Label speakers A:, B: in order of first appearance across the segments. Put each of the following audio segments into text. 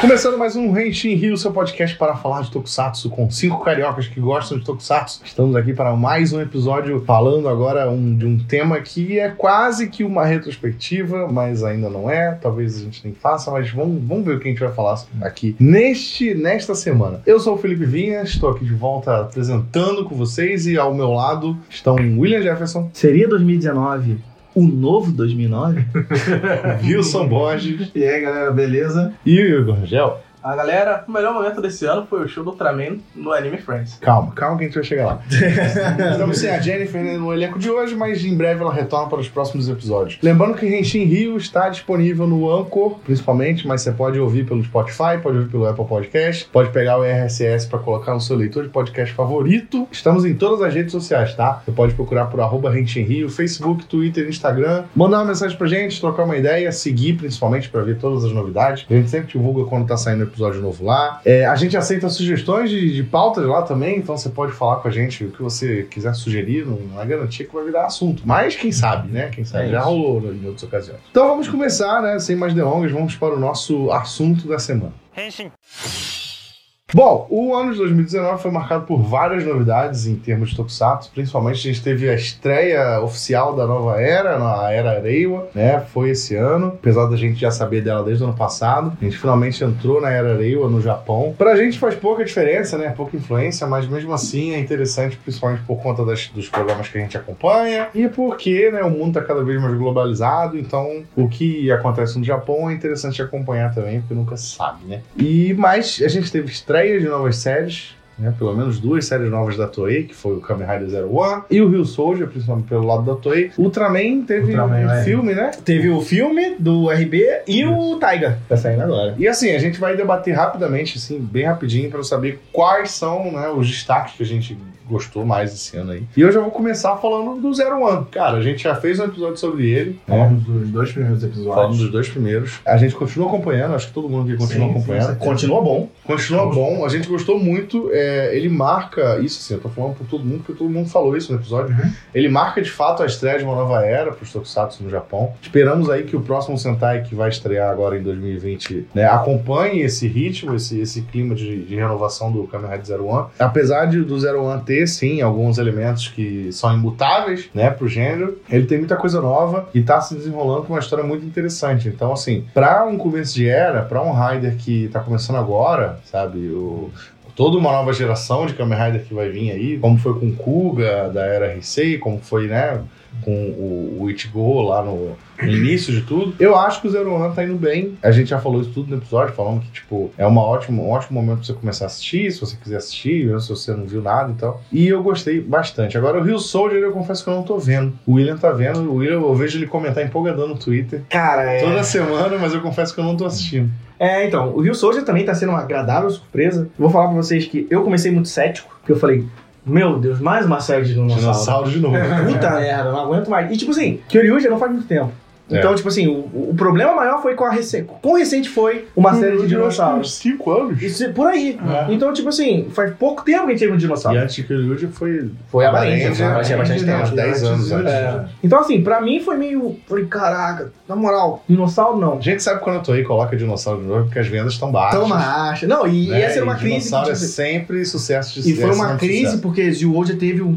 A: Começando mais um Renshin Rio, seu podcast para falar de Tokusatsu com cinco cariocas que gostam de Tokusatsu. Estamos aqui para mais um episódio falando agora um- de um tema que é quase que uma retrospectiva, mas ainda não é. Talvez a gente nem faça, mas vamos, vamos ver o que a gente vai falar aqui neste, nesta semana. Eu sou o Felipe Vinha, estou aqui de volta apresentando com vocês e ao meu lado estão William Jefferson,
B: Seria 2019 o novo 2009?
A: Wilson Borges
C: E aí, galera, beleza?
A: e o Igor Rangel.
D: A galera, o melhor momento desse ano foi o show do Ultraman no Anime Friends.
A: Calma, calma que a gente vai chegar lá. Estamos sem a Jennifer né, no elenco de hoje, mas em breve ela retorna para os próximos episódios. Lembrando que Renshin Rio está disponível no Anchor, principalmente, mas você pode ouvir pelo Spotify, pode ouvir pelo Apple Podcast, pode pegar o RSS para colocar no seu leitor de podcast favorito. Estamos em todas as redes sociais, tá? Você pode procurar por arroba Renshin Rio, Facebook, Twitter, Instagram. Mandar uma mensagem pra gente, trocar uma ideia, seguir principalmente para ver todas as novidades. A gente sempre divulga quando tá saindo episódio novo lá. É, a gente aceita sugestões de, de pautas lá também, então você pode falar com a gente o que você quiser sugerir, não não é garantia que vai virar assunto. Mas quem sabe, né? Quem sabe
B: É
A: já
B: isso.
A: rolou em outras ocasiões. Então vamos começar, né? Sem mais delongas, vamos para o nosso assunto da semana. Bom, o ano de 2019 foi marcado por várias novidades em termos de Tokusatsu, principalmente a gente teve a estreia oficial da nova era, na Era Areiwa, né? Foi esse ano, apesar da gente já saber dela desde o ano passado, a gente finalmente entrou na Era Areiwa no Japão. Pra gente faz pouca diferença, né? Pouca influência, mas mesmo assim é interessante, principalmente por conta das- dos programas que a gente acompanha e porque, né, o mundo tá cada vez mais globalizado, então o que acontece no Japão é interessante de acompanhar também, porque nunca se sabe, né? E mais, a gente teve estreia de novas séries, né? Pelo menos duas séries novas da Toei, que foi o Kamen Rider 01 e o Rio Soldier, principalmente pelo lado da Toei. Ultraman teve
C: Ultraman,
A: um
C: é.
A: filme, né?
B: Teve o filme do RB e o Taiga. Tá saindo agora.
A: E assim, a gente vai debater rapidamente, assim, bem rapidinho, pra eu saber quais são né, os destaques que a gente gostou mais esse ano aí. E eu já vou começar falando do 01. Cara, a gente já fez um episódio sobre ele.
B: É.
C: Falamos É um dos dois primeiros
A: Falando
C: episódios.
A: dos dois primeiros. A gente continua acompanhando, acho que todo mundo aqui continua
C: Sim, sim,
A: acompanhando.
C: certeza.
B: Continua bom.
A: Continua bom, a gente gostou muito. é, ele marca, isso assim, eu tô falando por todo mundo, porque todo mundo falou isso no episódio.
C: Uhum.
A: Ele marca de fato a estreia de uma nova era pros Tokusatsu no Japão. Esperamos aí que o próximo Sentai que vai estrear agora em 2020 né, acompanhe esse ritmo, esse, esse clima de, de renovação do Kamen Rider Zero One. Apesar de, do Zero One ter, sim, alguns elementos que são imutáveis, né, pro gênero, ele tem muita coisa nova e tá se desenrolando com uma história muito interessante. Então, assim, pra um começo de era, pra um Rider que tá começando agora, sabe, o, toda uma nova geração de Kamen Rider que vai vir aí, como foi com o Kuga da era Heisei, como foi, né, com o, o Ichigo lá no, no início de tudo. Eu acho que o Zero One tá indo bem. A gente já falou isso tudo no episódio, falando que, tipo, é uma ótima, um ótimo momento pra você começar a assistir, se você quiser assistir, né, se você não viu nada e tal. E eu gostei bastante. Agora, o Rio Soldier, eu confesso que eu não tô vendo. O William tá vendo, o William, eu vejo ele comentar empolgadão no Twitter
B: Cara, é.
A: toda semana, mas eu confesso que eu não tô assistindo.
B: É, então, o Rio Soldier também tá sendo uma agradável surpresa. Vou falar pra vocês que eu comecei muito cético, porque eu falei, meu Deus, mais uma série de dinossauro.
A: Dinossauro de novo.
B: Puta merda, não aguento mais. E tipo assim, Kyoryuja não faz muito tempo.
A: É.
B: Então, tipo assim, o, o problema maior foi com a recente. Quão recente foi uma série de dinossauros?
A: Cinco anos.
B: Isso é por aí.
A: É.
B: Então, tipo assim, faz pouco tempo que a gente teve um
A: E
B: dinossauro.
A: antes de Kyoryuji foi.
B: Foi
A: Aparente,
B: né?
A: aparente,
B: Tinha bastante
A: né?
B: tempo.
A: Uns 10 anos antes.
B: Então, assim, pra mim foi meio. Falei, caraca, na moral, dinossauro não.
A: A gente sabe quando eu tô aí, coloca dinossauro de novo, porque as vendas estão baixas.
B: Toma acha. Não, e
A: né?
B: essa era uma
A: E
B: crise.
A: Dinossauro
B: que,
A: é
B: tipo,
A: sempre sucesso de
B: e foi
A: sucesso,
B: uma
A: né?
B: crise
A: Sucesso.
B: porque Zooja teve o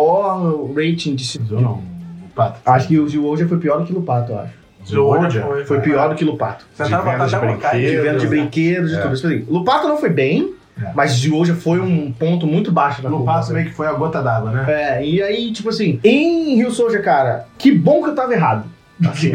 B: pior rating de. se-
C: Ou não? O Pato.
B: Acho que o Zooja foi pior do que Lupato, eu acho.
C: Zoldia?
B: Foi pior do que Lupato.
D: Tentaram
A: De
D: botar
A: vendas de
D: até colocar
A: brinquedos,
B: De venda de
A: Exato.
B: brinquedos, de
A: É.
B: tudo. Isso aí. Lupato não foi bem,
C: É.
B: mas Zooja foi um ponto muito baixo na
C: No
B: curva. né?
C: passo meio que foi a gota d'água, né?
B: É, e aí, tipo assim, em Rio Soja, cara, que bom que eu tava errado. Assim,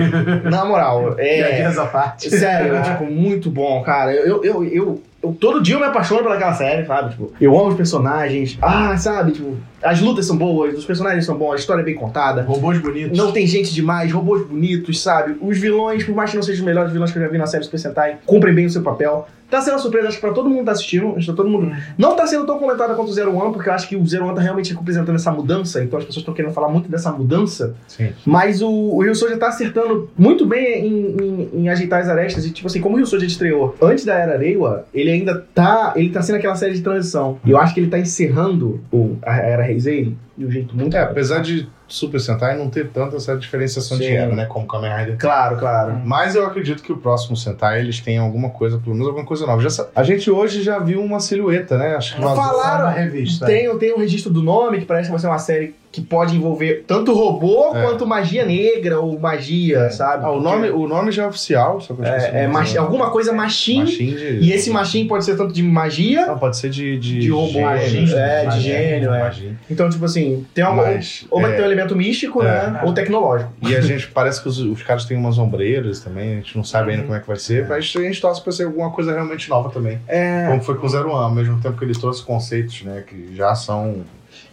B: na moral,
C: E
B: é.
C: essa parte.
B: Sério, é, tipo, muito bom, cara. Eu, eu, eu, eu todo dia eu me apaixono pelaquela série, sabe? Tipo, eu amo os personagens. Ah, sabe, tipo, as lutas são boas, os personagens são bons, a história é bem contada.
C: Robôs bonitos.
B: Não tem gente demais, robôs bonitos, sabe? Os vilões, por mais que não sejam os melhores vilões que eu já vi na série Super Sentai, cumprem bem o seu papel. Tá sendo uma surpresa, acho que pra todo mundo que tá assistindo, acho que todo
A: Uhum.
B: mundo... Não tá sendo tão comentada quanto o Zero One, porque eu acho que o Zero One tá realmente representando essa mudança, então as pessoas estão querendo falar muito dessa mudança.
A: Sim.
B: Mas o, o Rio já tá acertando muito bem em, em- em ajeitar as arestas. E, tipo assim, como o Rio já estreou antes da Era Reiwa, ele ainda tá. Ele tá sendo aquela série de transição. E eu acho que ele tá encerrando o, a Era Heisei de um jeito muito.
A: É, apesar de Super Sentai não ter tanta essa diferenciação de
B: Sim.
A: era, né? Como Kamen Rider
B: Claro, claro.
A: Mas eu acredito que o próximo Sentai eles têm alguma coisa, pelo menos alguma coisa nova. Já sa- a gente hoje já viu uma silhueta, né? Acho que vazou.
B: Fala- Claro,
C: Claro, a é revista.
B: Tem, tem um registro do nome que parece que vai ser uma série que pode envolver tanto robô
A: É.
B: quanto magia negra ou magia, sabe?
A: Ah, o, nome, o nome já é oficial, só que eu esqueci o
B: é, é
A: nome,
B: machi-
A: né?
B: alguma coisa machinho.
A: Machin de...
B: E esse machinho pode ser tanto de magia.
A: Não, pode ser de... De, né?
B: De robô,
A: gênio,
B: é, de
A: magia,
B: gênio, é.
A: magia.
B: Então, tipo assim, tem uma,
A: Mas,
B: ou vai
A: é,
B: ter um elemento místico,
A: É.
B: né? Ou tecnológico.
A: E a gente parece que os, os caras têm umas ombreiras também, a gente não sabe
B: Uhum.
A: ainda como é que vai ser, mas a gente torce pra ser alguma coisa realmente nova também.
B: É.
A: Como foi com o Zero One, ao mesmo tempo que ele trouxe conceitos, né, que já são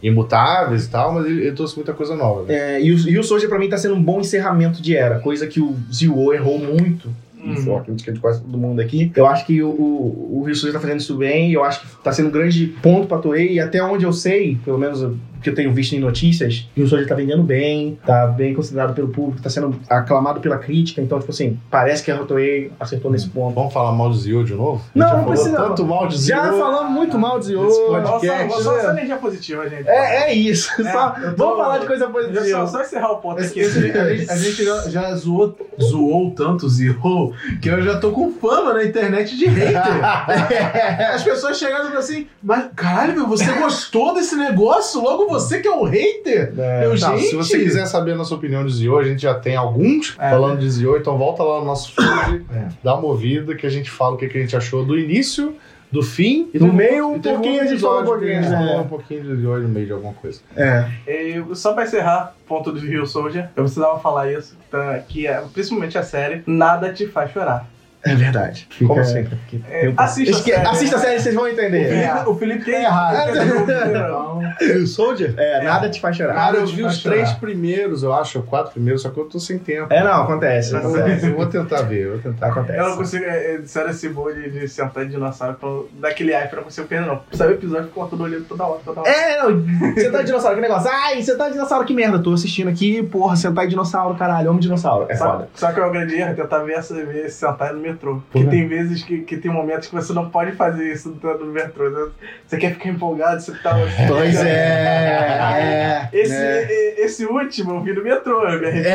A: imutáveis e tal, mas ele, ele trouxe muita coisa nova, né?
B: É, e o, e o Soulja, pra mim, tá sendo um bom encerramento de era. Coisa que o Zio errou muito.
D: Uhum.
B: Isso é uma crítica de quase todo mundo aqui. Eu acho que o, o, o Rio Soulja tá fazendo isso bem. Eu acho que tá sendo um grande ponto pra Toei. E até onde eu sei, pelo menos o que eu tenho visto em notícias, o Rio Soulja tá vendendo bem, tá bem considerado pelo público, tá sendo aclamado pela crítica. Então, tipo assim, parece que a Toei acertou nesse ponto.
A: Vamos falar mal de Zio de novo?
B: Não,
A: A gente já falou
B: não precisa.
A: Tanto mal de Zio.
B: Já falamos muito mal de Zio.
A: Esse podcast,
D: Só,
A: podcast,
D: só, só
B: né?
D: essa energia positiva, gente.
B: É, é isso. Só-
D: eu tô-
B: Vamos falar de coisa
D: Já Só,
B: positiva.
D: só encerrar o ponto aqui.
C: Esse- a gente, a gente já, já zoou, zoou tanto Zero que eu já tô com fama na internet de hater. As pessoas chegaram e falaram assim, mas caralho, meu, você gostou desse negócio? Logo você que é o hater?
A: É,
C: Eu,
A: não,
C: gente-
A: se você quiser saber a nossa opinião de Zio, a gente já tem alguns falando de Zio, então volta lá no nosso feed,
C: É.
A: dá uma ouvida, que a gente fala o que, que a gente achou do início, do fim e
B: No
A: do
B: meio,
A: e
B: um
A: teve
B: pouquinho de
A: episódio
B: todo
A: que a gente
B: pouquinho, né?
A: falou um pouquinho de Zio no meio de alguma coisa.
B: É.
D: E só pra encerrar, ponto do Rio Soldier, eu precisava falar isso, tá, que é, principalmente a série, nada te faz chorar.
B: É verdade.
A: Como
B: Fica-
A: assim?
D: É, assista
B: Esque-
D: a série.
B: Assista a série, vocês vão entender. Ah,
D: É. O Felipe tem né,
C: errado.
D: Não.
B: um Soldier? É, nada te faz chorar.
A: Cara, eu
C: te
A: vi
C: faz
A: os três
C: chorar.
A: primeiros, eu acho, ou quatro primeiros, só que eu tô sem tempo.
B: É, não, acontece.
A: Eu,
B: acontece.
A: eu vou tentar ver, eu vou tentar.
B: Acontece.
D: Eu não consigo, é, é, sério, esse bom de, de sentar de dinossauro pra, daquele hype, eu não consigo perder, não. Sabe o episódio que corta do olho toda hora, toda hora.
B: É, não, sentar de dinossauro, que negócio. Ai, sentar de dinossauro, que merda. Tô assistindo aqui, porra, sentar de dinossauro, caralho, homem dinossauro. É
D: Sabe,
B: foda.
D: sabe qual é o grande erro? Tentar ver, essa, ver esse Sentai no metrô.
A: Por
D: Porque
A: quê?
D: tem vezes que, que tem momentos que você não pode fazer isso dentro do metrô. né? Você quer ficar empolgado, você tá.
B: Pois é. É.
D: Esse,
B: né?
D: e- esse último eu vi no metrô, eu me arrependi.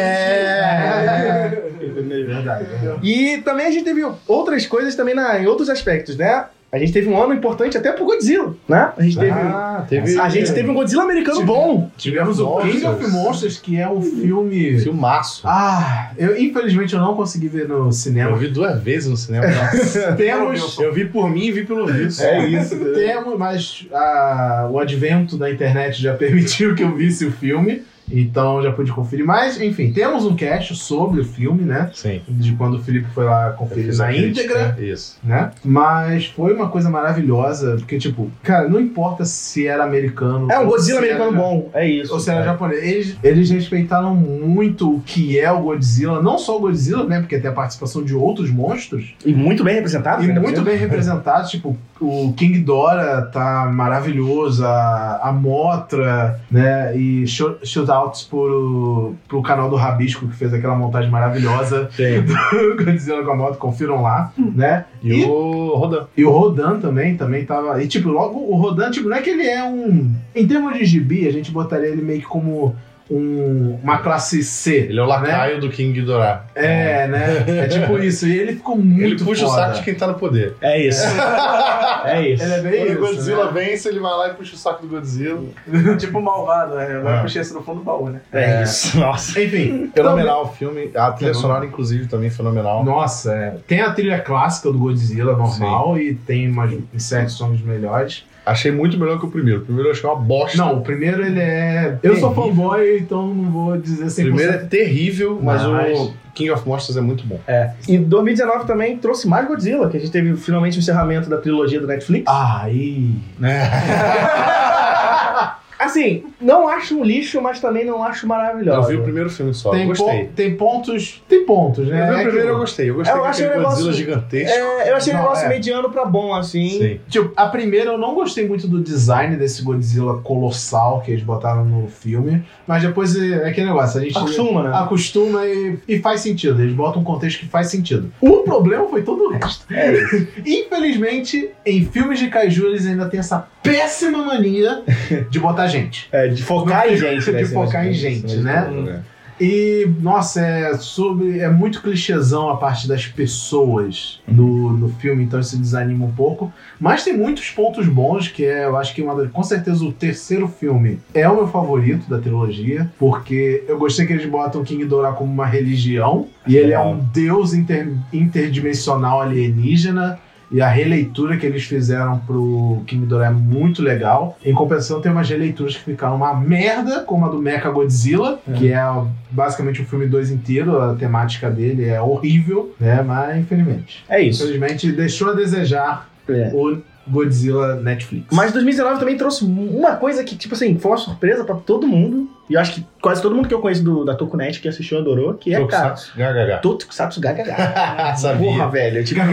B: É.
C: Verdade. verdade.
B: E também a gente teve outras coisas também na, em outros aspectos, né? A gente teve um ano importante até pro Godzilla, né? A gente teve.
A: Ah, teve.
B: a gente teve um Godzilla americano
C: Tive-
B: bom.
C: Tivemos o King of Monsters, que é um filme...
A: Filmaço.
C: Ah, eu infelizmente eu não consegui ver no
A: Eu
C: cinema.
A: vi duas vezes no cinema.
C: É. Temos,
A: Eu vi por mim e vi pelo visto.
B: É isso.
C: temos, mas ah, o advento da internet já permitiu que eu visse o filme, então já pude conferir. Mas, enfim, temos um cast sobre o filme, né?
A: Sim.
C: De quando o Felipe foi lá
A: Eu
C: conferir
A: fiz a
C: na
A: crítica,
C: íntegra,
A: Isso.
C: né? Mas foi uma coisa maravilhosa, porque, tipo, cara, não importa se era americano.
B: É um
C: ou
B: Godzilla
C: se era
B: americano bom. É isso.
C: ou se era japonês. Eles, eles respeitaram muito o que é o Godzilla, não só o Godzilla, né? Porque tem a participação de outros monstros.
B: E muito bem
A: Ah,
B: representado.
C: e
A: é
B: né,
C: muito
B: Brasil?
C: bem representados. Tipo, o King Dora tá maravilhoso, a, a Motra, né? E shou- shoutouts pro, pro canal do Rabisco, que fez aquela montagem maravilhosa do Godzilla com a moto, confiram lá, né?
A: Hum. E, o Rodan.
C: E o Rodan também, também tava. E tipo, logo o Rodan, tipo, não é que ele é um. Em termos de gibi, a gente botaria ele meio que como um, uma classe C.
A: Ele é o lacaio do King Ghidorah.
C: É, né? É tipo isso. E ele ficou muito.
A: ele puxa o
C: foda.
A: saco de quem tá no poder.
B: É isso. É isso.
C: Ele é bem
A: Quando
C: isso,
A: o Godzilla
C: né?
A: vence, ele vai lá e puxa o saco do Godzilla.
D: tipo malvado, né? Vai
A: É.
D: puxar isso no fundo do baú, né?
B: É isso. Nossa.
C: né? Enfim.
A: Fenomenal o filme. A trilha
C: Fenomenal.
A: sonora, inclusive, também fenomenal.
C: Nossa, é. tem a trilha clássica do Godzilla normal e tem umas sete songs melhores.
A: Achei muito melhor que o primeiro. O primeiro eu achei uma bosta.
C: Não, o primeiro ele é. Eu sou fanboy, então não vou dizer
A: o
C: 100%.
A: primeiro é terrível, mas,
C: Mas-
A: o King of Monsters é muito bom.
B: E 2019 também trouxe mais Godzilla, que a gente teve finalmente o encerramento da trilogia do Netflix.
C: Ah, Aí.
A: Né?
B: Assim, não acho um lixo, mas também não acho maravilhoso.
A: Eu vi o primeiro filme só.
C: Tem,
A: eu gostei.
C: pon- tem pontos. Tem pontos, né?
A: Eu vi o
C: É
A: primeiro eu
C: aquilo.
A: gostei. Eu gostei
B: Eu
A: que
B: achei
A: aquele
B: o negócio-
A: Godzilla gigantesco.
B: É, eu achei um
C: Não,
B: negócio
C: é.
B: mediano pra bom, assim.
A: Sim.
C: Tipo, a primeira eu não gostei muito do design desse Godzilla colossal que eles botaram no filme, mas depois é é aquele negócio, a gente
B: Acostuma, né?
C: acostuma e, e faz sentido, eles botam um contexto que faz sentido. O problema foi todo o resto.
B: É isso.
C: Infelizmente, em filmes de kaiju eles ainda têm essa péssima mania de botar gente.
B: É, de focar em gente, né?
C: De
B: esse
C: focar em
B: negócio-
C: gente,
B: esse negócio
C: né?
B: todo,
C: E, nossa, é, sobre, é muito clichêzão a parte das pessoas no, no filme, então isso desanima um pouco. Mas tem muitos pontos bons, que é, eu acho que uma das- com certeza o terceiro filme é o meu favorito da trilogia, porque eu gostei que eles botam King Dora como uma religião, e ele é um deus inter- interdimensional alienígena. E a releitura que eles fizeram pro King Dora é muito legal. Em compensação, tem umas releituras que ficaram uma merda, como a do Mecha Godzilla, que é basicamente o filme 2 inteiro, a temática dele é horrível, né? Mas infelizmente.
B: É isso.
C: Infelizmente deixou a desejar
B: É.
C: o Godzilla Netflix.
B: Mas 2019 também trouxe uma coisa que, tipo assim, foi uma surpresa pra todo mundo. E eu acho que quase todo mundo que eu conheço do, da Tokunet que assistiu adorou, que é, cara,
A: Tokusatsu. GHH.
B: Tokusatsu Gagaga.
A: Sabia.
B: Porra, velho. Tipo,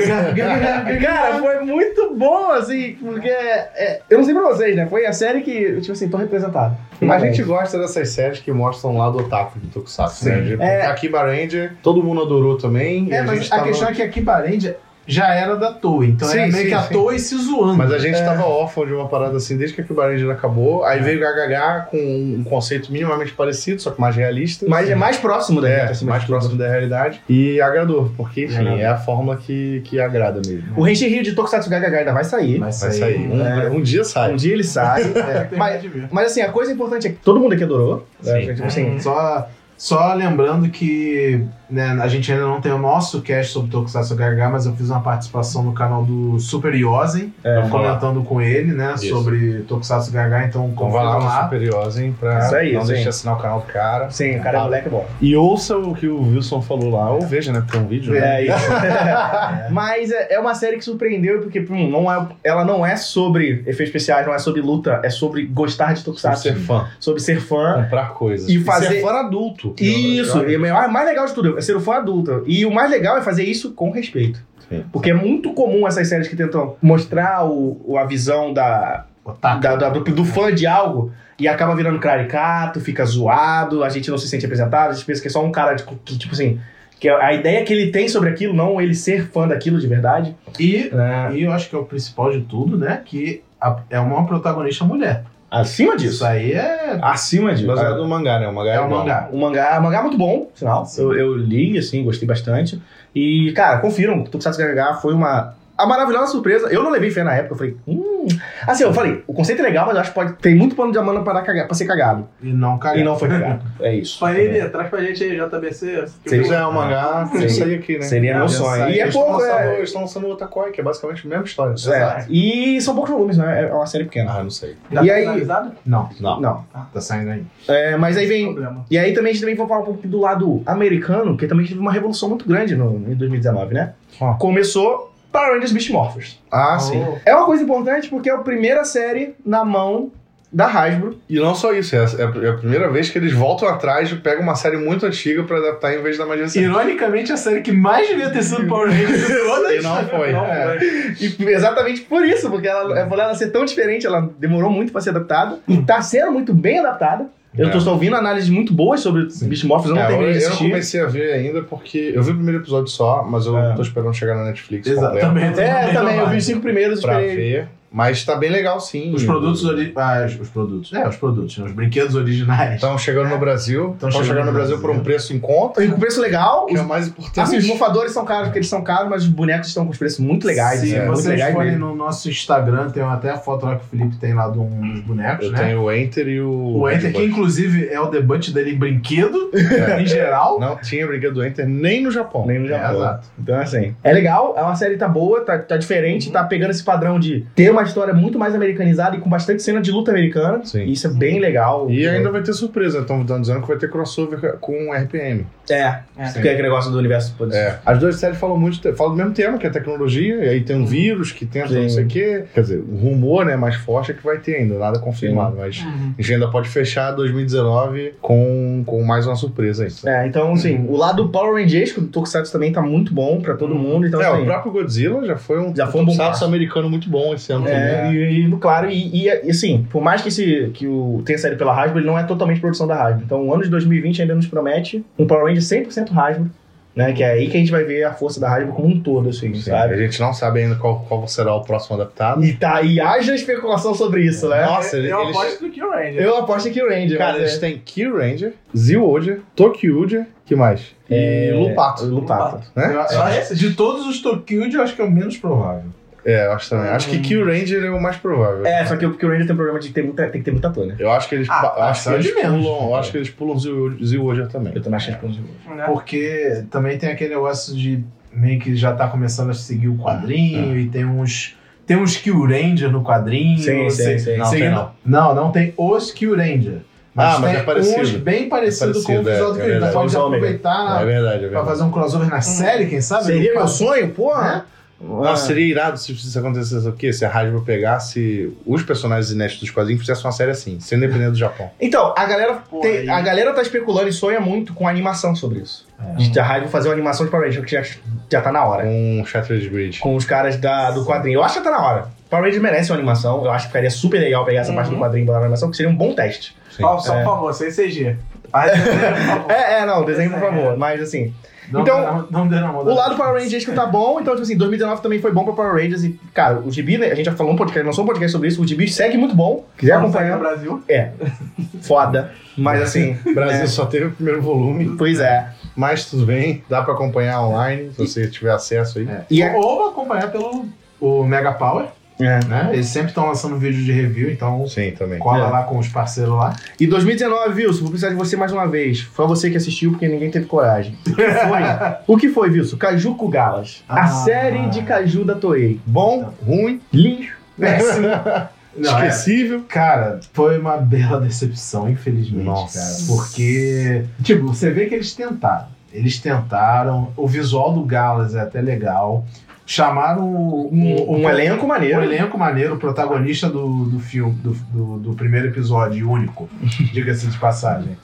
B: cara, foi muito bom, assim, porque... é, eu não sei pra vocês, né? Foi a série que, tipo assim, tô representado.
A: A gente gosta dessas séries que mostram lá do otaku do Tokusatsu, né? De-
B: É.
A: A Kiba Ranger, todo mundo adorou também. e
C: É,
A: a
C: mas
A: gente
C: a
A: tava-
C: questão é que aqui Barend já era da Toei, então
A: Sim,
C: era meio
A: sim,
C: que a
A: sim.
C: Toei se zoando. né,
A: Mas a gente tava órfão de uma parada assim desde que a Kiba Ranger acabou. Aí veio o GHH com um conceito minimamente parecido, só que mais realista.
B: Mas é mais próximo da
A: É,
B: gente, assim,
A: mais próximo da realidade. E agradou, porque, enfim,
C: Agradou.
A: é a fórmula que, que agrada mesmo.
B: O Henshin Rio de Tokusatsu Gagaga ainda vai sair.
C: Vai
A: Vai sair. Um,
B: É.
A: um dia
B: Um
A: sai.
B: dia ele sai.
D: Tem
B: mas,
D: de ver.
B: mas, assim, a coisa importante é que todo mundo aqui adorou. né?
A: Sim.
B: Tipo assim,
C: Só, só lembrando que né, a gente ainda não tem o nosso cast sobre Tokusatsu HH, mas eu fiz uma participação no canal do Super Yosen, comentando com ele, né,
A: É, Isso.
C: sobre Tokusatsu HH, então
A: Então
C: confira
A: vai lá no
C: lá.
A: Superior, hein? Pra
B: Isso aí,
A: não
B: sim.
A: deixe de assinar o canal do cara.
B: sim, o cara
A: Tá.
B: é moleque bom.
A: E ouça o que o Wilson falou lá, ou veja, né? Porque é um vídeo. né?
B: É isso. Mas é é uma série que surpreendeu porque pum, não é, ela não é sobre efeitos especiais, não é sobre luta, é sobre gostar de
A: Pra
B: Tokusatsu,
A: ser fã,
B: sobre ser fã.
A: comprar coisas.
B: E fazer-
A: ser fã adulto.
B: Isso, e o mais legal de tudo é ser um fã adulto. E o mais legal é fazer isso com respeito.
A: Sim.
B: Porque é muito comum essas séries que tentam mostrar o, o- a visão da,
C: Otaku.
B: da- da- do, do fã de algo e acaba virando caricato, fica zoado, a gente não se sente representado, a gente pensa que é só um cara de- que, tipo assim, que a ideia que ele tem sobre aquilo, não ele ser fã daquilo de verdade.
C: E,
B: né?
C: e eu acho que é o principal de tudo, né, que a- é uma protagonista mulher.
B: Acima disso.
C: Isso aí é...
B: Acima disso.
A: Mas é do mangá, né? O mangá é,
C: É o
A: bom.
C: mangá.
B: O um mangá, o mangá é muito bom, por sinal.
A: Sim.
B: Eu, eu li, assim, gostei bastante. E, cara, confiram, Tokusatsu GH foi uma. A maravilhosa surpresa, eu não levei fé na época, eu falei, hum. Assim, eu falei, o conceito é legal, mas eu acho que pode. Tem muito pano de amana para, cagar, para ser cagado.
C: E não
B: E
C: cagar.
B: não foi cagado. É isso.
D: Família, traz pra gente aí, JBC.
A: Se já é um mangá,
B: Sim.
A: tem isso aí aqui, né?
B: Seria meu
A: Já
B: sonho.
A: saiu.
B: E é
A: Eles
B: pouco,
A: estão lançando-
B: é.
A: Eles estão lançando o Otakoi, que é basicamente a mesma história.
B: É. E são poucos volumes, né? É uma série pequena.
A: Ah, não sei.
D: Já
B: E
D: tá
B: aí-
D: finalizado?
C: Não,
A: Não.
B: Não.
C: tá saindo aí.
B: É, mas aí vem.
D: Problema.
B: E aí também a gente também vai falar um pouco do lado americano, que também teve uma revolução muito grande no, em 2019, né?
A: Ah.
B: Começou Power Rangers Beast Morphers.
A: Ah, sim.
D: Oh,
B: É uma coisa importante porque é a primeira série na mão da Hasbro.
A: E não só isso, é a, é a primeira vez que eles voltam atrás e pegam uma série muito antiga pra adaptar em vez da magia recente.
C: Ironicamente, a série que mais devia ter sido Power Rangers de todas.
A: E não foi.
D: não,
A: É.
D: vai.
B: E exatamente por isso, porque ela, é por ela ser tão diferente, ela demorou muito pra ser adaptada. E tá sendo muito bem adaptada. Eu tô
A: É.
B: só ouvindo análises muito boas sobre Beast Morphers, eu não
A: É,
B: terminei de
A: eu, eu não
B: assistir.
A: comecei a ver ainda porque eu vi o primeiro episódio só, mas eu
B: É.
A: tô esperando chegar na Netflix.
C: Exato,
A: completo.
C: também,
B: É, eu também, eu vi
C: vi
B: os cinco primeiros,
A: pra
B: esperei.
A: ver. Mas tá bem legal, sim.
C: Os produtos ori- ah, os produtos. É, os produtos, né? os brinquedos originais.
A: Estão chegando no Brasil. Estão chegando, no Brasil, por um preço em conta.
B: E com preço legal.
A: Que é
B: Os,
A: o mais
B: assim, os
A: importante.
B: mofadores são caros porque eles são caros, mas os bonecos estão com os preços muito legais.
C: Se
B: assim, muito
C: vocês
B: legais
C: forem
B: mesmo.
C: no nosso Instagram, tem até a foto lá que o Felipe tem lá de um dos bonecos,
A: Eu
C: né?
A: tenho o Enter e o.
C: O Enter, que
A: King.
C: inclusive é o debut dele em brinquedo, em geral.
A: Não tinha brinquedo do Enter nem no Japão.
B: Nem no
C: É,
B: Japão.
C: exato.
B: Então, assim, é legal, é uma série tá boa, tá, tá diferente,
A: Uhum.
B: tá pegando esse padrão de ter uma história muito mais americanizada e com bastante cena de luta americana.
A: Sim.
B: E isso é bem legal.
A: E ainda vai ter surpresa. Estão dizendo que vai ter crossover com RPM.
B: É,
D: É.
B: porque é aquele negócio do universo. pô,
A: É. As duas séries falam muito, falam do mesmo tema, que é tecnologia, e aí tem um vírus que tenta
B: Sim.
A: não sei o quê. Quer dizer, o rumor né, mais forte é que vai ter ainda, nada confirmado, mas
D: Uhum.
A: a gente ainda pode fechar 2019 com, com mais uma surpresa aí.
B: É, então, assim,
A: Uhum.
B: o lado Power Rangers do Tokusatsu também tá muito bom pra todo mundo. Então,
A: É,
B: assim,
A: o próprio Godzilla já foi um
B: Já foi um bom
A: Tokusatsu
B: passo.
A: americano muito bom esse ano também.
B: É, e, e, claro, e, e, assim, por mais que, esse, que o, tenha saído pela Hasbro, ele não é totalmente produção da Hasbro. Então, o ano de 2020 ainda nos promete um Power Ranger 100% Hasbro. né? Que é aí que a gente vai ver a força da Hasbro como um todo, assim,
A: Sim,
B: sabe?
A: A gente não sabe ainda qual, qual será o próximo adaptado.
B: E tá aí, haja especulação sobre isso, né?
A: Nossa,
D: eu,
A: ele-
D: eu
A: eles-
D: aposto no Kill Ranger.
B: Eu aposto que o Ranger.
A: Cara,
B: mas
A: eles têm Kill Ranger, Zilolder, Tokyuger, que mais? E
B: É,
A: Lupato.
B: Lupato.
A: Né?
C: Eu- eu acho- de todos os Tokyo, eu acho que é o menos provável.
A: É, eu acho também. Acho que
D: Hum.
A: Kill Ranger é o mais provável.
B: é, é, só que o, que o Ranger tem um problema de ter muita, tem que ter muita torre, né?
A: Eu acho que eles,
C: Ah,
A: pa- eu acho que
C: tá,
A: eles
C: de menos.
A: pulam, eu acho que eles pulam Zil- Zilolder também. É
B: Eu também achei que eles-
D: né?
C: Porque também tem aquele negócio de meio que já tá começando a seguir o
A: Ah.
C: quadrinho e tem uns. Tem uns Kill Ranger no quadrinho.
B: Sim, sim,
C: se-
B: sim.
A: Não,
C: seguindo-
A: tem não.
C: não, não tem os Kill Ranger. Mas
A: Ah, mas
C: tem
A: é parecido.
C: uns bem parecido,
A: É
C: com o
A: parecido, é,
C: visual do
A: é
C: Kill Ranger.
A: verdade.
C: Pode
B: Visual mesmo.
A: É
C: aproveitar
A: verdade, é
C: pra
A: verdade.
C: fazer um crossover na série, quem sabe?
B: Hum. Seria
C: Não,
B: meu sonho, porra?
C: né?
A: Nossa, seria irado se isso acontecesse o quê? Se a Hasbro pegasse os personagens inéditos dos quadrinhos e fizesse uma série assim, sem depender do Japão.
B: Então, a galera,
D: Pô,
B: tem-
D: aí.
B: a galera tá especulando e sonha muito com animação sobre isso. De a Hasbro fazer uma animação de Power Ranger, que já, já tá na hora.
A: Com Um Shattered Bridge.
B: Com os caras da- do quadrinho. Eu acho que tá na hora. Power Ranger merece uma animação. Eu acho que ficaria super legal pegar essa parte do
D: Uhum.
B: quadrinho e botar na animação, que seria um bom teste.
A: Sim.
D: Ó, só por favor, sem CG. Faz um desenho, por favor.
B: É, é, não, desenho por favor. Mas assim,
C: Não,
B: Então,
C: não, não deu na mão
B: o lado Power Rangers que tá bom, então, tipo assim, 2019 também foi bom pra Power Rangers. E, cara, o Gibi, né, a gente já falou um podcast, lançou um podcast sobre isso. O Gibi segue muito bom. Quiser
D: Vamos sair do
B: acompanhar,
D: Brasil.
B: foda. Mas assim,
A: O Brasil só teve o primeiro volume,
B: pois é.
A: mas tudo bem, dá pra acompanhar online, se você tiver acesso aí.
C: É.
B: E é-
C: Ou acompanhar pelo o Mega Power,
B: é.
C: né? Eles sempre estão lançando vídeo de review, então
A: Sim, também.
C: cola
B: É.
C: lá com os parceiros lá.
B: E 2019, Wilson, vou precisar de você mais uma vez. Foi você que assistiu, porque ninguém teve coragem. O que foi? o que foi, Wilson? Caju com Galas. a
C: Ah.
B: série de Caju da Toei.
A: Bom, É. ruim,
B: Lixo. Péssimo.
C: Não, é-
A: esquecível.
C: Cara, foi uma bela decepção, infelizmente,
A: Nossa.
C: cara. Porque, tipo, você vê que eles tentaram. Eles tentaram. O visual do Galas é até legal. Chamaram um,
B: Um, um elenco
C: um
B: maneiro.
C: elenco maneiro, o protagonista do, do filme, do, do, do primeiro episódio, e único, diga-se de passagem.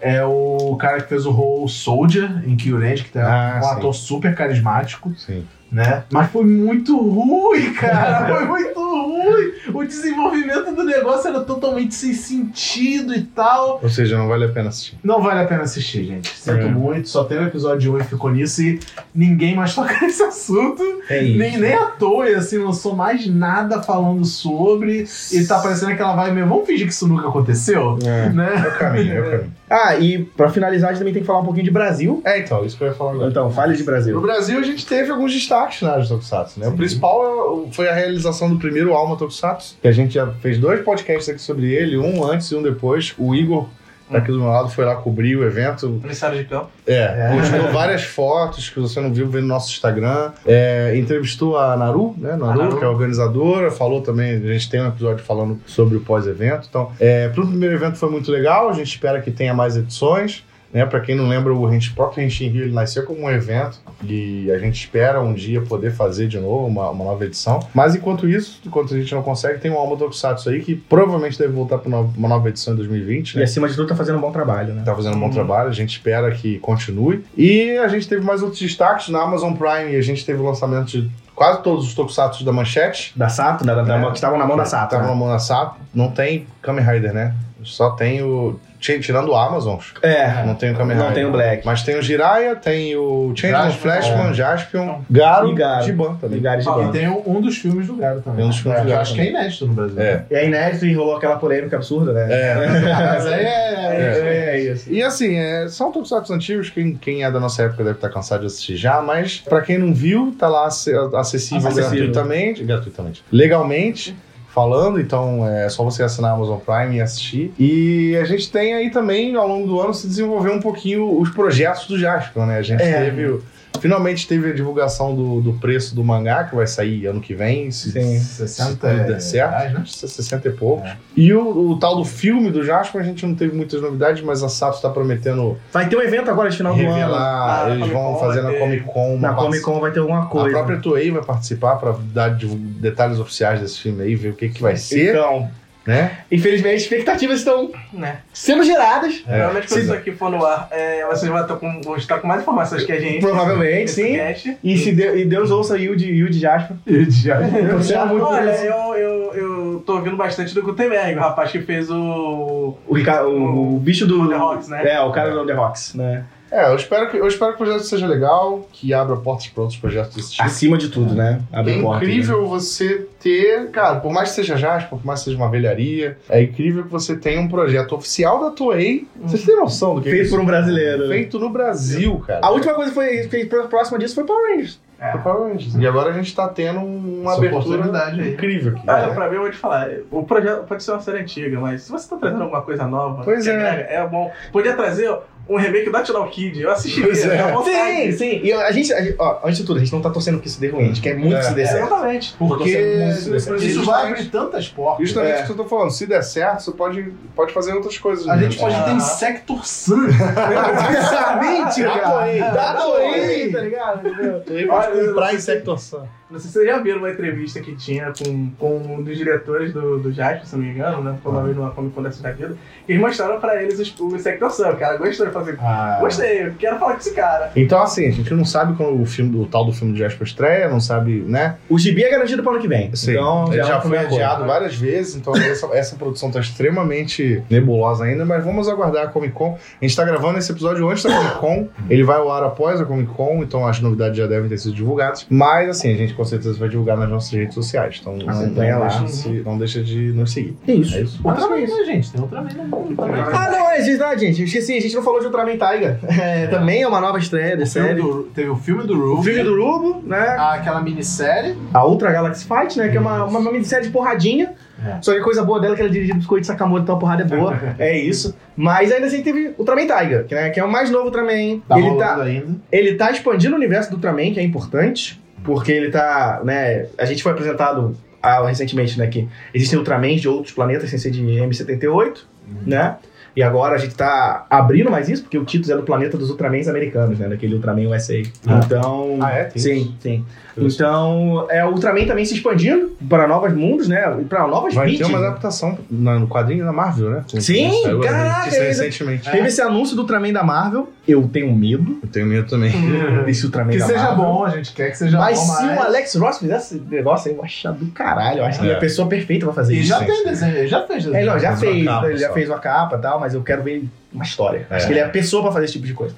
C: É o cara que fez o role Soldier em Kyurand, que tá
A: Ah,
C: um
A: sim.
C: ator super carismático,
A: Sim.
C: né? Mas foi muito ruim, cara! foi muito ruim! O desenvolvimento do negócio era totalmente sem sentido e tal.
A: Ou seja, não vale a pena assistir.
C: Não vale a pena assistir, gente. Sinto
A: É.
C: muito, só tem o episódio 1 e ficou nisso e ninguém mais toca nesse assunto.
A: É
C: Nem, nem à toa, e, assim, lançou mais nada falando sobre. E tá parecendo aquela vibe meio. Vamos fingir que isso nunca aconteceu?
A: É,
C: Né?
A: é o caminho, é o caminho.
B: Ah, e pra finalizar, a gente também tem que falar um pouquinho de Brasil.
A: É, então, isso que eu ia falar agora.
B: Então, fale de
A: No
B: Brasil.
A: Brasil, a gente teve alguns destaques na área de Tokusatsu, né? O principal é o- foi a realização do primeiro Alma Tokusatsu, que a gente já fez dois podcasts aqui sobre ele, um antes e um depois. O Igor, tá aqui do meu lado, foi lá cobrir o evento.
D: Comissário de campo.
A: É,
C: É.
A: postou várias fotos que você não viu, vê no nosso Instagram. É, entrevistou a Naru, né? Naru,
D: A Naru.
A: que é a organizadora, falou também, a gente tem um episódio falando sobre o pós-evento. Então, é, pro primeiro evento foi muito legal, a gente espera que tenha mais edições. Né, para quem não lembra, o Henshin- próprio Henshin Rio ele nasceu como um evento e a gente espera um dia poder fazer de novo uma, uma nova edição. Mas enquanto isso, enquanto a gente não consegue, tem um Alma Tokusatsu aí que provavelmente deve voltar para uma nova edição em 2020. né?
B: E acima de tudo, tá fazendo um bom trabalho, né?
A: tá fazendo um bom
D: Uhum.
A: trabalho, a gente espera que continue. E a gente teve mais outros destaques na Amazon Prime, a gente teve o lançamento de quase todos os tokusatsu da Manchete.
B: Da Sato, né? da, da,
A: É.
B: da- que estavam na mão da Sato.
A: Tava
B: né?
A: na mão da Sato. Não tem Kamen Rider, né? Só tem o... ti- Tirando o Amazon,
B: É,
A: não tem né? o Kamen
B: não
A: Rider.
B: tem o Black. é.
A: Mas tem o Jiraiya, tem o Changeman,
C: Jaspion,
A: Flashman, Jaspion,
D: Então,
A: Garo
B: e Garo.
A: Giban também.
B: Ligares de
D: Ah,
B: banda.
C: E tem um, um dos filmes do Garo também.
A: Tem um dos filmes do
C: que eu
A: Garo
C: acho que é inédito no Brasil.
A: É.
B: E é inédito e rolou aquela polêmica absurda, né?
A: É.
C: Mas aí é.
A: É.
B: é isso.
A: E assim, é, são tokusatsu antigos, quem, quem é da nossa época deve estar cansado de assistir já, mas pra quem não viu, tá lá ace- acessível,
B: Acessível.
A: gratuitamente, gratuitamente, legalmente falando, então é só você assinar a Amazon Prime e assistir. E a gente tem aí também, ao longo do ano, se desenvolver um pouquinho os projetos do Jaspion, né? A gente
B: É.
A: teve... o- Finalmente teve a divulgação do, do preço do mangá, que vai sair ano que vem, se,
B: Sim.
C: 60
A: Se tudo der certo. É.
C: reais, né?
A: 60 e poucos. E o, o tal do filme do Jasper, a gente não teve muitas novidades, mas a Sato está prometendo
B: Vai ter um evento agora de final do ano.
A: revelar.
D: Ah,
A: eles
D: Comic
A: vão
D: Con
A: fazer
D: vai
A: na
D: ter.
A: Comic Con. uma
B: tá Na
A: parte-
B: Comic Con vai ter alguma
A: A
B: coisa.
A: própria Toei vai participar para dar divu- detalhes oficiais desse filme aí, ver o que, que vai ser,
B: Então,
A: né?
B: infelizmente, expectativas estão
D: Né?
B: sendo geradas.
A: É.
D: Realmente, quando
A: Sim.
D: isso aqui for no ar, é, vocês vão estar com, vão estar com mais informações que a gente.
B: Provavelmente,
D: Esse
B: sim.
D: cast.
B: E, se Deu- e Deus ouça Yudi e Yudi Jasper. Eu
D: Já-
B: torcendo é muito por
D: Olha,
B: isso.
D: eu, eu, eu tô ouvindo bastante do Gutenberg, o rapaz que fez o.
B: O, Ricardo, o, o bicho do.
D: The Rocks, né?
B: É, o cara do The Rocks, né?
A: É, eu espero, que, eu espero que o projeto seja legal, que abra portas para outros projetos desse tipo.
B: Acima de tudo, né? Ah, Abre
A: é
B: porta,
A: incrível você ter, cara, por mais que seja Jasper, por mais que seja uma velharia, é incrível que você tenha um projeto oficial da Toei. Vocês têm noção do que
B: né?
A: é
B: Feito
A: isso?
B: por um brasileiro. né?
A: Feito no Brasil, cara.
B: A última coisa que foi, que foi próxima disso foi Power Rangers.
A: Foi Power Rangers. E agora a gente tá tendo uma
C: Essa
A: abertura
C: oportunidade aí.
A: incrível aqui.
C: Ah, é?
D: Olha,
A: né?
D: pra mim, Ah, eu vou te falar, o projeto pode ser uma série antiga, mas se você tá
C: Ah.
D: trazendo alguma coisa nova,
A: Pois
D: que
A: é.
D: agrega, é bom. Podia trazer um remake do Atiral Kid, eu
A: Pois
D: assistiria,
A: é.
D: à
B: Sim,
D: vontade.
B: sim. E a gente, a gente- ó, antes de tudo, a gente não tá torcendo que isso dê ruim. A gente quer muito
A: É.
B: que isso dê certo.
D: Exatamente.
C: Porque isso
A: Justamente-
C: vai abrir tantas portas.
A: Justamente
B: É.
A: o que eu tô falando. Se der certo, você pode, pode fazer outras coisas.
C: É. A
A: né?
C: gente pode ter
D: Aham.
C: Insector Sun. Justamente,
A: É.
C: cara.
B: Dá
C: Toei.
B: tá ligado?
A: Toei pode
D: Olha,
A: comprar
D: você-
C: é
A: Insector Sun.
D: Não sei se vocês já viram uma entrevista que tinha com, com um dos diretores do, do Jasper, se não me engano, né?
C: Ah.
D: Foi uma vez numa Comic Con dessa da vida. E eles mostraram pra eles os, o Insector Sun. O cara gostou de fazer.
C: Ah,
D: Gostei, eu quero falar com esse cara.
A: Então, assim, a gente não sabe quando o, filme, o tal do filme de Jasper estreia, não sabe, né?
B: O gibi é garantido pro ano que vem.
A: Sim.
B: Então,
A: Ele
B: é
A: já
B: uma
A: foi
B: primeira coisa.
A: adiado várias vezes, então essa, essa produção tá extremamente nebulosa ainda, mas vamos aguardar a Comic Con. A gente tá gravando esse episódio antes da Comic Con, ele vai ao ar após a Comic Con, então as novidades já devem ter sido divulgadas. Mas, assim, a gente com certeza vai divulgar nas nossas redes sociais, então acompanha
B: não
A: lá,
D: deixa-
A: se- não deixa de nos seguir.
B: É isso.
A: É isso.
C: Ultraman, né, gente? Tem Ultraman no mundo também.
B: Ah, não, é, gente, não, gente, eu esqueci, a gente não falou de Ultraman Taiga. É, Também é uma nova estreia da
C: O filme
B: série.
C: do- Teve o filme do Ruby.
B: O filme do Rubo, né?
C: Aquela minissérie.
B: A Ultra Galaxy Fight, né? Que é uma, uma, uma minissérie de porradinha.
C: É.
B: Só que a coisa boa dela é que ela dirige Biscoito Sakamoto, então a porrada é boa. é isso. Mas ainda assim teve Ultraman Tiger, que, né, que é o mais novo Ultraman.
C: Tá
B: ele,
C: rolando
B: tá,
C: ainda.
B: ele tá expandindo o universo do Ultraman, que é importante. Porque ele tá, né? A gente foi apresentado ah, recentemente, né? Que existem Ultramans de outros planetas, sem ser de M78,
A: Uhum.
B: né? E agora a gente tá abrindo mais isso, porque o Titus é do planeta dos Ultramans americanos, né? Daquele Ultraman USA.
C: Ah.
B: Então.
A: Ah, é? Tem isso?
B: Sim, sim. Então, é, o Ultraman também se expandindo para novos mundos, né? E Para novas
A: Vai ter
B: mídias.
A: uma adaptação na- no quadrinho da Marvel, né?
B: Sim,
A: Saiu a
B: caraca,
A: notícia
B: é-
A: recentemente.
B: Teve esse anúncio do Ultraman da Marvel. Eu tenho medo
A: Eu tenho medo também.
B: desse Ultraman
C: Que
B: da
C: seja
B: Marvel.
C: Tá bom, a gente quer que seja
B: Mas
C: bom.
B: se
C: mas-
B: o Alex Ross fizesse esse negócio, eu ia achar do caralho. Eu acho que ele é a
A: É.
B: pessoa perfeita pra fazer
C: E
B: isso.
C: já
A: Sim,
C: tem
A: sim.
C: desenho, ele já fez desenho.
B: É, não, já
A: Fez uma
B: fez,
A: capa
B: ele já
A: só.
B: fez uma capa e tal, mas eu quero ver uma história.
A: É.
B: Acho que ele é a pessoa pra fazer esse tipo de coisa.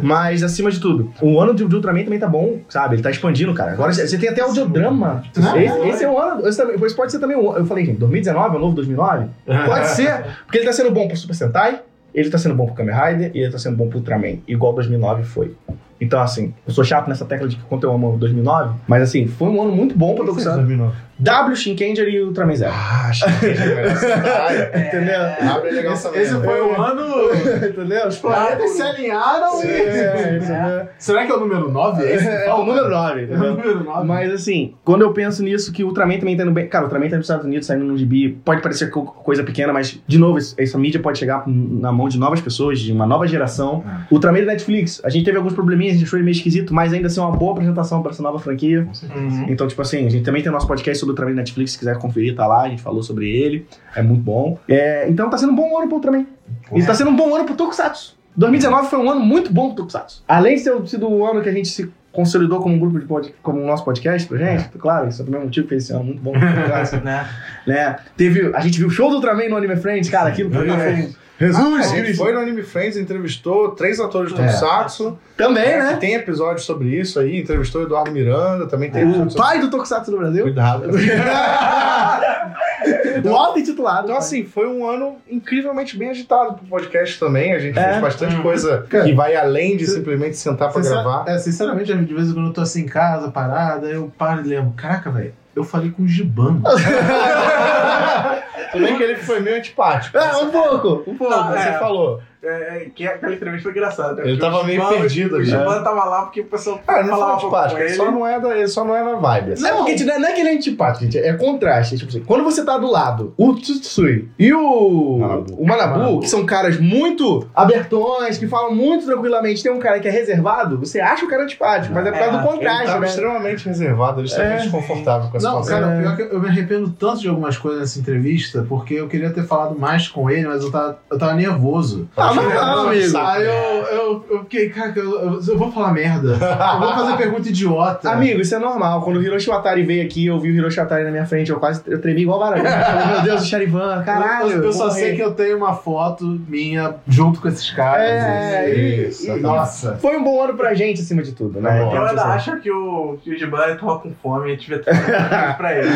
B: Mas, acima de tudo, o ano de, de Ultraman também tá bom, sabe? Ele tá expandindo, cara. Agora você você tem até audiodrama.
C: Não,
B: esse,
C: não,
B: esse é o ano. Esse, também, esse pode ser também um. Eu falei, gente, 2019 é o novo 2009? Pode ser, porque ele tá sendo bom pro Super Sentai, ele tá sendo bom pro Kamen Rider e ele tá sendo bom pro Ultraman, igual 2009 foi. Então, assim, eu sou chato nessa tecla de que quanto eu amo 2009, mas assim, foi um ano muito bom pra Tokusatsu. W, Shinkenger e Ultraman Zero.
A: Ah, acho que é melhor.
D: é,
B: Entendeu?
A: é. Abre legal
C: Esse,
A: também.
C: esse
A: né?
C: foi o ano.
B: Entendeu? Os
C: Planetas se alinharam e. Será que é o número 9? É, esse que
B: É
C: fala?
B: o número 9,
C: É o
B: entendeu?
C: número 9.
B: Mas assim, quando eu penso nisso, que o Ultraman também tá indo bem. Cara, o Ultraman tá nos Estados Unidos saindo no gibi. Pode parecer co- coisa pequena, mas, de novo, esse- essa mídia pode chegar na mão de novas pessoas, de uma nova geração.
C: Ah.
B: O Ultraman da Netflix, a gente teve alguns probleminhas, a gente achou ele meio esquisito, mas ainda assim, é uma boa apresentação pra essa nova franquia.
D: Uhum.
B: Então, tipo assim, a gente também tem nosso podcast sobre o Ultraman da Netflix, se quiser conferir, tá lá, a gente falou sobre ele. É muito bom. É, então tá sendo um bom ano pro Ultraman. E tá sendo um bom ano pro Tokusatsu. 2019 foi um ano muito bom pro Tokusatsu. Além de ter sido o ano que a gente se consolidou como um grupo de pod... como o nosso podcast pra gente, claro, isso é o mesmo motivo que fez esse ano muito bom pro Tokusatsu,
D: Né?
B: né? Teve, a gente viu o show do Ultraman no Anime Friends, cara, aquilo pra mim foi...
A: Jesus,
B: Ah,
A: ele foi no Anime Friends, entrevistou três atores do
C: É.
A: Saxo.
B: Também, né?
A: Tem episódio sobre isso aí, entrevistou Eduardo Miranda, também tem episódio
B: O
A: sobre...
B: pai do Tokusatsu no Brasil.
A: Cuidado.
B: o auto-intitulado.
A: Então, assim, foi um ano incrivelmente bem agitado pro podcast também. A gente
B: É.
A: fez bastante
D: Hum.
A: coisa
C: Cara,
A: que vai além de
C: se-
A: simplesmente sentar pra
C: Sincer-
A: gravar.
C: é, sinceramente, de vez em quando eu tô assim em casa, parada, eu paro e lembro: caraca, velho, eu falei com o Gibano.
A: Tudo bem que ele foi meio antipático.
B: É, um pouco, um pouco.
D: Não,
A: Você
D: é.
A: falou.
D: É, é, que aquela entrevista foi engraçada. né?
A: Ele
D: Porque
A: tava
D: o
A: meio
D: Giban-
A: perdido
D: O
A: ali.
D: Giban tava lá porque o pessoal
A: Cara, ele Ah, não foi
D: falava
A: antipático,
D: um com
A: ele só
D: ele.
A: não é, da, ele só não é na vibe. assim.
B: Não, porque tipo, não é- não é que ele é antipático, gente. É contraste. Tipo assim, quando você tá do lado, o Tsutsui e o
A: Manabu.
B: o Manabu, que são caras muito abertões, que falam muito tranquilamente, tem um cara que é reservado, você acha o cara antipático, mas é por causa do
D: É,
A: Ele
B: contraste,
A: tava
B: né?
A: extremamente reservado, ele estava
B: É.
A: desconfortável com a
C: Não,
A: situação.
C: cara, pior que eu, eu me arrependo tanto de algumas coisas nessa entrevista, porque eu queria ter falado mais com ele, mas eu tava, eu tava nervoso.
B: Ah, Ah, mas não, amigo.
C: Aí eu, eu, eu fiquei, cara, eu, eu- eu vou falar merda. Eu vou fazer pergunta idiota.
B: Amigo, isso é normal. Quando o Hiroshi Watari veio aqui, eu vi o Hiroshi Watari na minha frente, eu quase eu tremi igual barulho. Meu Deus, o Charivan, caralho.
C: Eu, eu só
B: vou
C: sei
B: morrer.
C: que eu tenho uma foto minha junto com esses caras.
B: É,
C: Esse-
A: e- e-
C: nossa.
B: Foi um bom ano pra gente, acima de tudo, né?
A: Tá bom.
B: Tem
D: Eu
B: essa
D: ainda
B: sensação.
D: acho que o Jujibara tava com fome e devia ter dado pra ele.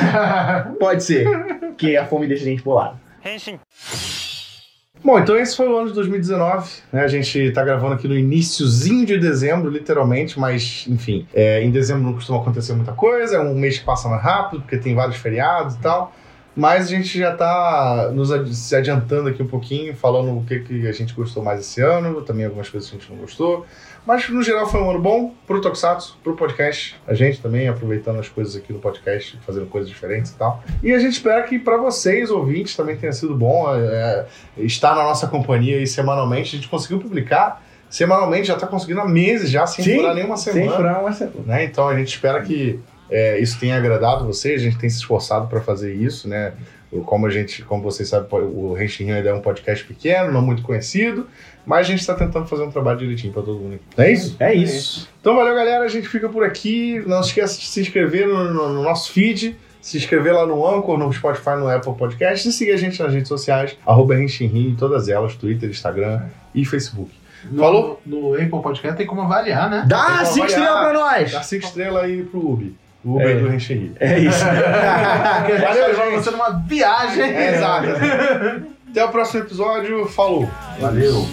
B: Pode ser que a fome deixe a gente bolado.
A: Bom, então esse foi o ano de 2019, né? A gente tá gravando aqui no iníciozinho de dezembro, literalmente, mas enfim, é, em dezembro não costuma acontecer muita coisa, é um mês que passa mais rápido, porque tem vários feriados e tal. Mas a gente já tá nos ad- se adiantando aqui um pouquinho, falando o que, que a gente gostou mais esse ano, também algumas coisas que a gente não gostou. Mas no geral foi um ano bom pro Tokusatsu, pro podcast, a gente também aproveitando as coisas aqui no podcast, fazendo coisas diferentes e tal. E a gente espera que pra vocês, ouvintes, também tenha sido bom. é, está na nossa companhia aí semanalmente. A gente conseguiu publicar semanalmente, já está conseguindo há meses já, sem
B: Sim,
A: furar nenhuma
B: Sem
A: semana.
B: furar é uma semana.
A: né? Então a gente espera que é, isso tenha agradado vocês, a gente tem se esforçado para fazer isso, né? O- Como a gente, como vocês sabem, po- o Renshin ainda é um podcast pequeno, não muito conhecido, mas a gente está tentando fazer um trabalho direitinho para todo mundo aqui. Não é isso?
B: É isso.
A: Então valeu, galera. A gente fica por aqui. Não esqueça de se inscrever no, no- no nosso feed, se inscrever lá no Anchor, no Spotify, no Apple Podcast e seguir a gente nas redes sociais, arroba Renshinrin, em todas elas, Twitter, Instagram e Facebook.
C: No,
A: Falou?
C: No Apple Podcast tem como avaliar, né?
B: Dá
A: Tem que
B: cinco estrelas pra nós!
A: Dá cinco estrelas aí pro Ubi. O Uber
B: É.
A: do Renshinrin.
B: É isso.
C: Porque a gente
A: Valeu,
C: tá levando
A: gente.
C: você numa viagem.
A: É, exato. Até o próximo episódio. Falou!
C: Valeu.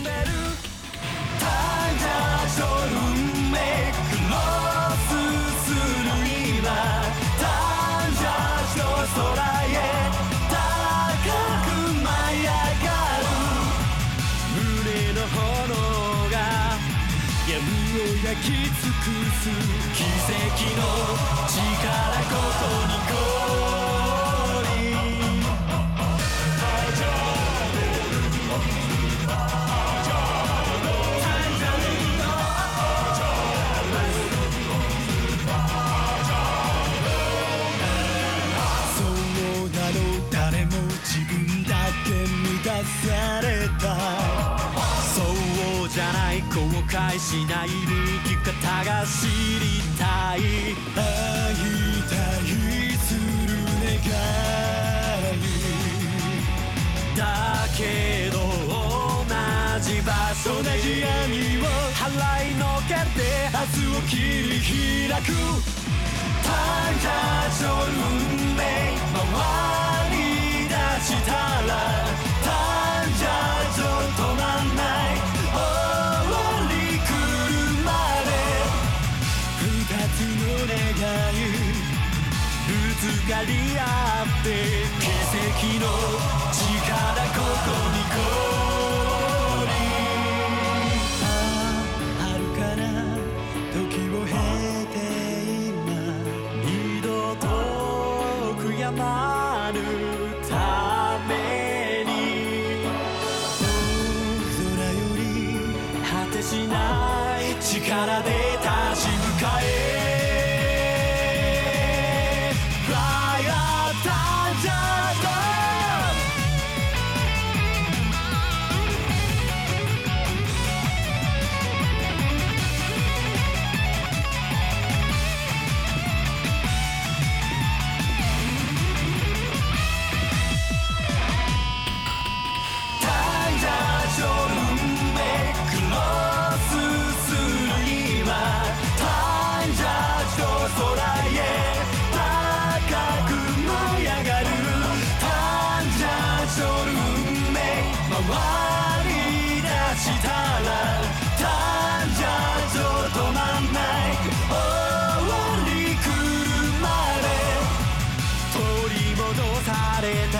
E: そうなの誰も自分だけ満たされたそうじゃない後悔しない生き方が知りたい会いたいする願いだけど同じ場所で闇を払いのけて明日を切り開く「タイヤ上運命回り出したら」「タイヤ上止まんない」「終わり来るまで」「二つの願い」「ぶつかり合って」「奇跡の力ここに降り」あるかな時を経て今二度と悔やまぬために大空より果てしない力で立ち向かえ Fly up, Tangerine!「タイヤ上運命クロスするには」「タイヤ上空へ高く舞い上がる」「タイヤ上運命回り出したら」「タイヤ上止まんない」「終わり来るまで」取り戻された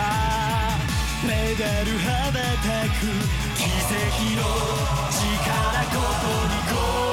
E: メダル羽ばたく奇跡の力ここに来い